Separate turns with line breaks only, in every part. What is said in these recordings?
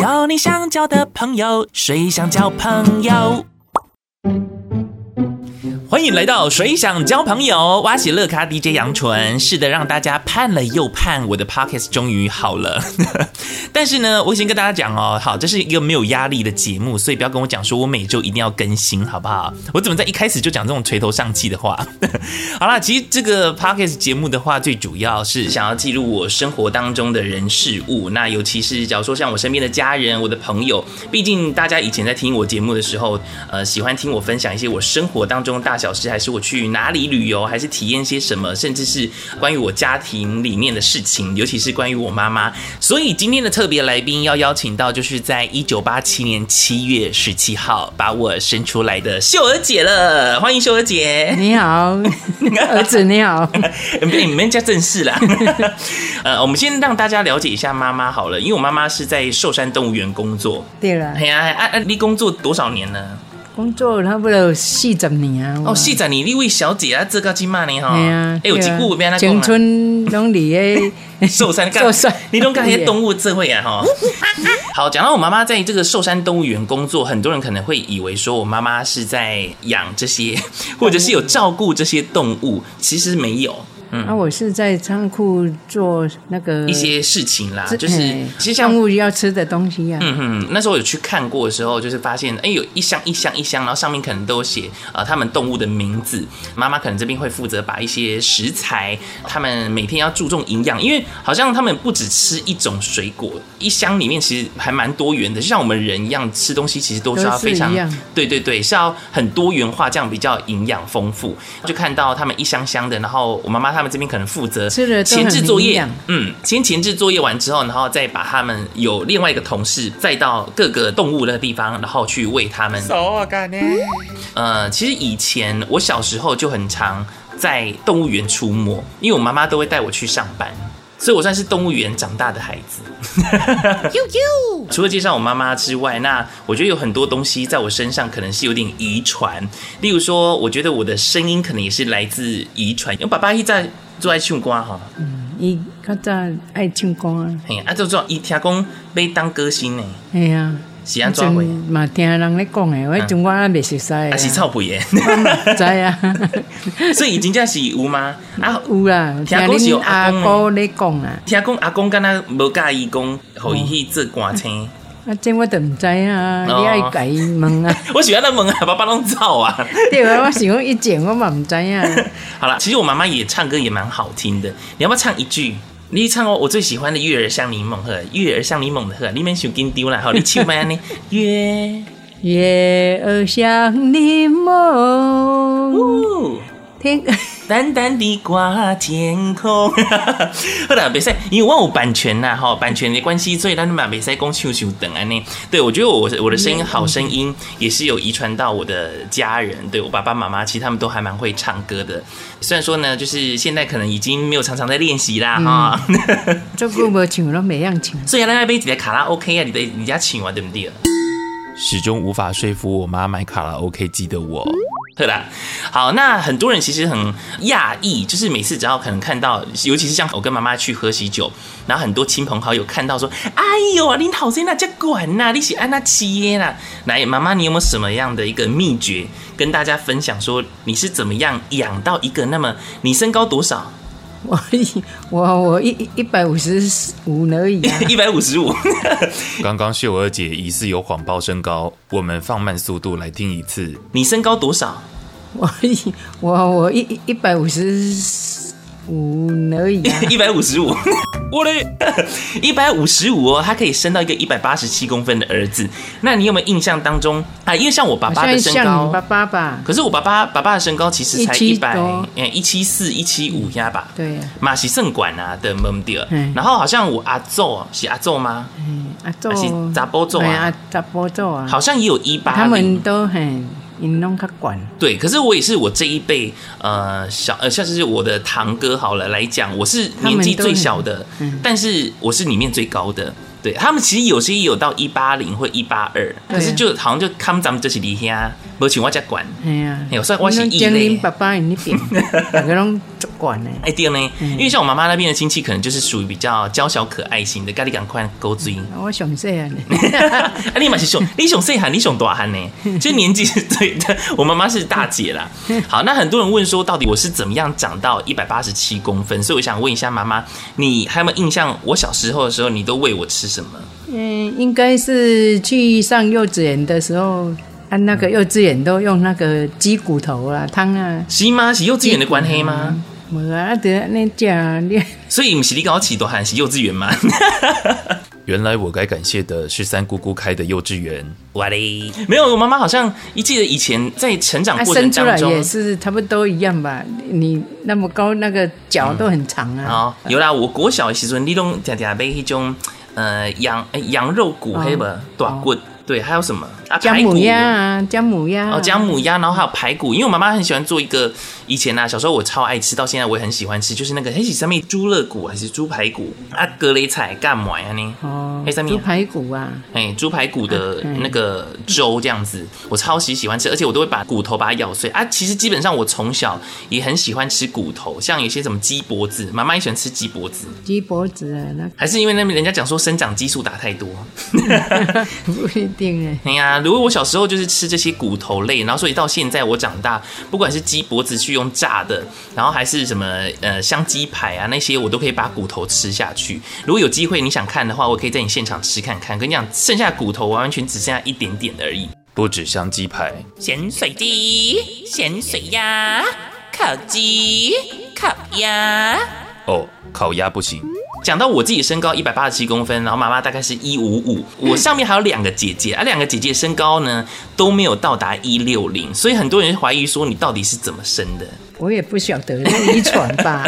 交你想交的朋友，谁想交朋友？欢迎来到谁想交朋友？挖喜乐咖 DJ 杨纯，是的，让大家盼了又盼，我的 Pockets 终于好了。 但是呢，我先跟大家讲哦，好，这是一个没有压力的节目，所以不要跟我讲说我每周一定要更新，好不好？我怎么在一开始就讲这种垂头丧气的话？好啦，其实这个 Pockets 节目的话，最主要是想要记录我生活当中的人事物，那尤其是假如说像我身边的家人、我的朋友，毕竟大家以前在听我节目的时候，呃，喜欢听我分享一些我生活当中大小事，还是我去哪里旅游，还是体验些什么，甚至是关于我家庭里面的事情，尤其是关于我妈妈。所以今天的特别来宾要邀请到，就是在一九八七年七月十七号把我生出来的秀儿姐了，欢迎秀儿姐。
你 好，儿子你好，
你们家正式啦。 呃，我们先让大家了解一下妈妈好了，因为我妈妈是在寿山动物园工作。
对了
哎，呀，啊啊，你工作多少年呢？
工作差不多有四十年啊。
哦，细仔，你那位小姐啊，这个金骂你哈。
哎呀，
哎，有一句我变那
青春拢伫 个
寿山干
寿山，
你都干些动物智慧啊 哈。好，讲到我妈妈在这个寿山动物园工作，很多人可能会以为说我妈妈是在养这些， 或者是有照顾这些动物，其实没有。
那、我是在仓库做那个
一些事情啦，
这
就是
哎
其实像
嗯动物要吃的东西呀、啊。
嗯哼，那时候有去看过的时候，就是发现，哎、有一箱一箱一箱，然后上面可能都有写呃他们动物的名字。妈妈可能这边会负责把一些食材，他们嗯每天要注重营养，因为好像他们不只吃一种水果，一箱里面其实还蛮多元的，就像我们人一样，吃东西其实都是要非常
都是一样
对对对，是要很多元化，这样比较营养丰富。就看到他们一箱箱的，然后我妈妈他们这边可能负责
吃了都
前置
很
作
营
业
养，
嗯，先前置作业完之后，然后再把他们有另外一个同事再到各个动物的地方，然后去喂他们。
手感呢？
呃，其实以前我小时候就很常在动物园出没，因为我妈妈都会带我去上班。所以我算是动物园长大的孩子。除了介绍我妈妈之外，那我觉得有很多东西在我身上可能是有点遗传，例如说，我觉得我的声音可能也是来自遗传，因为爸爸一在做爱唱歌啊哈，
伊较早爱唱歌啊，
嘿，啊，就做伊听讲要当歌星呢，
哎呀、
是
啊，
安怎会？
嘛听人咧讲诶，我迄阵我也未熟悉啊
啊是臭屁耶，
知啊，
所以真正是有吗？啊，
有啦，听
讲是有哦
恁
阿
阿
公的
姑咧讲啊，
听讲阿公敢若无介意讲，互伊去做歌星。
啊，这我都毋知
哦
啊，你爱家己问啊。
我喜欢他问啊，爸爸拢走啊。
对啊，我想讲以前我嘛毋知啊影，
好了，其实我妈妈也唱歌也蛮好听的，你要不要唱一句？你唱哦，我最喜欢的《月儿像柠檬》呵，《月儿像柠檬》的呵，你们想跟丢啦，好，你唱麦呢？月，
月儿像柠檬，
呜
天，
淡淡的挂天空。 好啦，别赛，因为我有版权呐，哈，版权的关系，所以咱嘛别赛讲秀秀等安呢。对，我觉得我我的声音好声音也是有遗传到我的家人，对我爸爸妈妈，其实他们都还蛮会唱歌的。虽然说呢，就是现在可能已经没有常常在练习啦，哈、
足久无唱拢袂晓唱。
所以咱那边一个卡拉 OK 啊，你的你家请完对不对？始终无法说服我妈买卡拉 OK 机的我。对啦，好，那很多人其实很讶异，就是每次只要可能看到，尤其是像我跟妈妈去喝喜酒，然后很多亲朋好友看到说：“哎呦啊，你好生那家管呐，你喜安那七耶啦。”来，妈妈，你有没有什么样的一个秘诀跟大家分享？说你是怎么样养到一个那么你身高多少？，
我一我我一一百五十五而已啊
一百五十五。
刚刚秀儿姐疑似有谎报身高，我们放慢速度来听一次。
你身高多少？。
我一我我一一百五十五而已啊
一百五十五，我嘞， 一百五十五哦，他可以生到一个一百八十七公分的儿子。那你有没有印象当中啊？因为像我爸
好
爸的
像
身
像
高
你，爸爸吧？
可是我爸爸爸爸的身高其实才一
170
百
多，
嗯，一七四、一七五呀吧。
对啊，
马西圣管啊的蒙迪尔
嗯，
然后好像我阿昼是阿昼吗？
嗯阿祖
还是查甫祖啊
哎呀查甫祖啊，
好像也有一八
他们都很因拢较管。
对，可是我也是我这一辈，呃，小呃，像是我的堂哥好了来讲，我是年纪最小的，
他们都很嗯
但是我是里面最高的。对他们其实有些也有到一八零或一八二，可是
啊
就好像就看咱们这是离乡，没请我家管。
哎呀
哎，我算我是
你拢
异
将
类
恁爸爸因那边，大家拢足管呢。
哎，第二呢，
嗯
因为像我妈妈那边的亲戚，可能就是属于比较娇小可爱型的，咖喱赶快勾嘴。
我想说啊，
啊，你嘛是熊，你熊岁喊，你熊多喊呢， 就年纪是对的。 我妈妈是大姐啦。好，那很多人问说，到底我是怎么样长到一百八十七公分？所以我想问一下妈妈，你还有没有印象？我小时候的时候，你都喂我吃什么？
嗯，应该是去上幼稚园的时候，啊，那个幼稚园都用那个鸡骨头啊汤啊，
是吗？是幼稚园的关黑吗？
无啊，啊，得那家你
所以不是你搞起多喊是幼稚 园吗？
原来我该感谢的是三姑姑开的幼稚园，
我嘞，没有，我妈妈好像一记得以前在成长
啊
过
生
程
出来
当中
也是差不多一样吧。你那么高，那个脚都很长啊。
哦，有啦，我国小的时阵，你拢常常买迄种呃羊诶羊肉骨黑吧，大骨，对，还有什么啊？
哦姜
排
母
骨
鸭啊，姜母鸭啊
哦，姜母鸭，然后还有排骨，因为我妈妈很喜欢做一个，以前啊，小时候我超爱吃，到现在我也很喜欢吃，就是那个黑起上面猪肋骨还是猪排骨啊，格雷菜干嘛呀呢？
哦
哎上，面
猪排骨啊，
哎，猪排骨的
嗯
那个粥这样子，我超级喜欢吃，而且我都会把骨头把它咬碎啊。其实基本上我从小也很喜欢吃骨头，像有些什么鸡脖子，妈妈也喜欢吃鸡脖子。
鸡脖子啊，那
还是因为那边人家讲说生长激素打太多。
不一定哎。
哎呀，如果我小时候就是吃这些骨头类，然后所以到现在我长大，不管是鸡脖子去用炸的，然后还是什么呃香鸡排啊那些，我都可以把骨头吃下去。如果有机会你想看的话，我可以在你现场吃看看。跟你讲，剩下的骨头完完全只剩下一点点而已。
不止香鸡排，
咸水鸡、咸水鸭、烤鸡、烤鸭。
哦，烤鸭不行，
讲到我自己身高一百八十七公分，然后妈妈大概是一五五，我上面还有两个姐姐，啊， 两个姐姐身高呢都没有到达一六零，所以很多人怀疑说你到底是怎么生的。
我也不晓得是遗传 吧。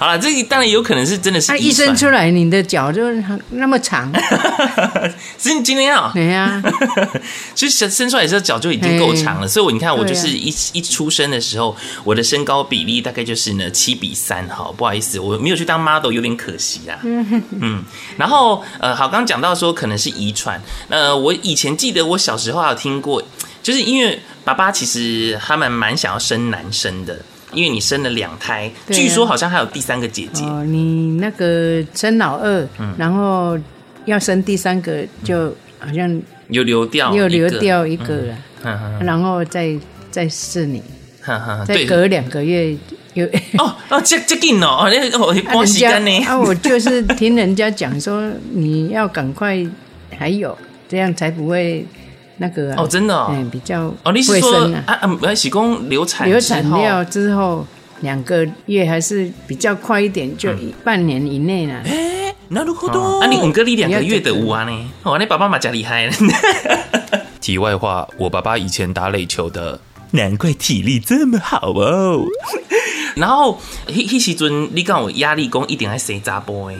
好了，这个当然有可能是真的
啊，
是
一
遗
生
传。
出来你的脚就那么长，
是你今天啊，
对呀、
其实生出来的时候脚就已经够长了，所以我你看我
对
就
啊
是一、一出生的时候，我的身高比例大概就是呢七比三，好，不好意思，我没有去当 model，有点可惜 啦。嗯，然后呃，好，刚刚讲到说可能是遗传，呃，我以前记得我小时候还有啊听过，就是因为爸爸其实他们蛮想要生男生的。因为你生了两胎，
对啊
据说好像还有第三个姐姐，
哦，你那个生老二，
嗯
然后要生第三个，就好像
有流哦掉一个，嗯
又留掉一个了，
哼哼
然后再再试你，
哼哼，
再
嗯对，
隔两个月 又。
哦哦，这这劲哦，哦那我
啊，
光
人
洗
家
干呢，
啊，我就是听人家讲说，你要赶快还有，这样才不会那个、啊、
哦，真的哦，
嗯，比较
哦，你是
卫
说
生啊。
啊啊，不是讲流产
流
之
产
后
掉之后两个月还是比较快一点，就
嗯
一半年以内啦。
那如何多？啊，你五个你两个月的有啊呢？哦，那爸爸妈真厉害，
题外话，我爸爸以前打垒球的，
难怪体力这么好哦。然后迄迄时阵，你讲我压力讲一定爱生查甫诶，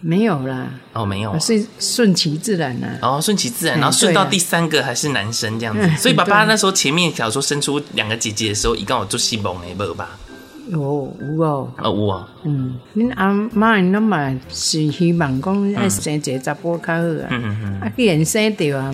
没有啦，
哦没有啊，
是顺其自然啊啦。
然后顺其自然，然后
嗯
顺
对啊
到第三个还是男生这样子。
嗯
所以爸爸
对
那时候前面想说生出两个姐姐的时候，一刚我做西蒙诶，无吧？
有有哦，
哦有啊，
嗯，恁阿妈因拢嘛是希望讲爱生一个查甫较好啊。
嗯嗯
啊，既然生着啊，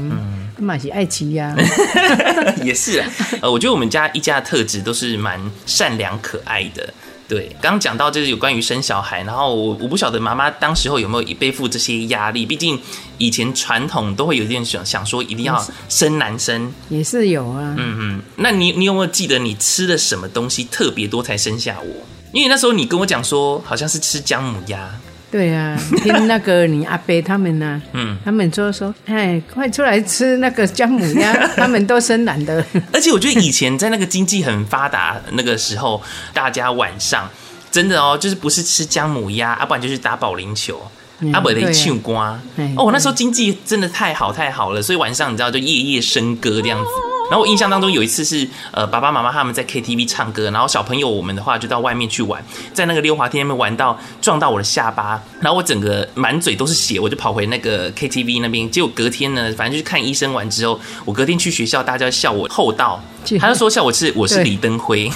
嘛是爱 饲啊。
嗯， 也是啊。呃，我觉得我们家一家的特质都是蛮善良可爱的。对，刚刚讲到就是有关于生小孩，然后我我不晓得妈妈当时候有没有背负这些压力，毕竟以前传统都会有一点想想说一定要生男生，
也是有啊，
嗯嗯，那你你有没有记得你吃了什么东西特别多才生下我？因为那时候你跟我讲说好像是吃姜母鸭，
对啊，听那个你阿伯他们呢、
嗯，
他们就说，哎，快出来吃那个姜母 鸭，他们都生男的，
而且我觉得以前在那个经济很发达那个时候，大家晚上真的哦，就是不是吃姜母鸭，啊，不然就是打保龄球。
嗯
啊，不得
对啊
唱歌哦！
嗯
我那时候经济真的太好太好了，所以晚上你知道就夜夜笙歌这样子。然后我印象当中有一次是呃爸爸妈妈他们在 KTV 唱歌，然后小朋友我们的话就到外面去玩，在那个溜滑梯那边玩到撞到我的下巴，然后我整个满嘴都是血，我就跑回那个 KTV 那边。结果隔天呢，反正就是看医生完之后，我隔天去学校，大家笑我厚道，他就说笑我是我是
对
李登辉。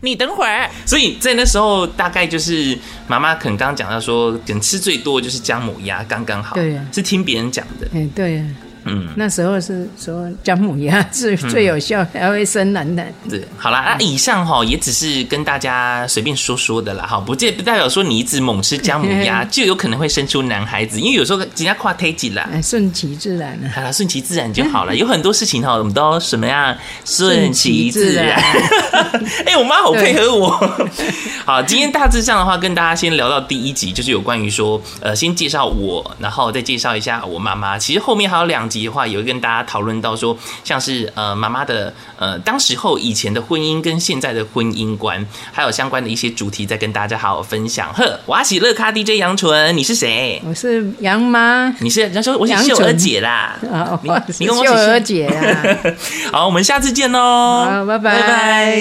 你等会儿。
所以在那时候，大概就是妈妈可能刚刚讲到说，可能吃最多就是姜母鸭，刚刚好。
对啊
是听别人讲的。
哎，对啊，嗯，那时候是说姜母鸭是
嗯
最有效，还会生男的。
是，好啦，啊那以上哈也只是跟大家随便说说的啦，哈，不见不代表说你一直猛吃姜母鸭就有可能会生出男孩子，因为有时候人家跨胎几啦。
哎，顺其自然啊，
好了，顺其自然就好了。有很多事情哈，我们都要什么样顺其自然。哎、我妈好配合我。好，今天大致上的话，跟大家先聊到第一集，就是有关于说，呃，先介绍我，然后再介绍一下我妈妈。其实后面还有两集的话，也会跟大家讨论到说，像是呃妈妈的呃当时候以前的婚姻跟现在的婚姻观，还有相关的一些主题，再跟大家好好分享。呵，瓦喜乐咖 DJ 杨纯，你是谁？
我是杨妈
你是人家说我是秀儿姐啦。
啊，
你
我
你
是
跟我
秀
一起
儿姐啊。
好，我们下次见哦喽，
好拜拜
拜拜。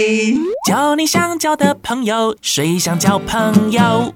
交你想交的朋友，谁想交朋友？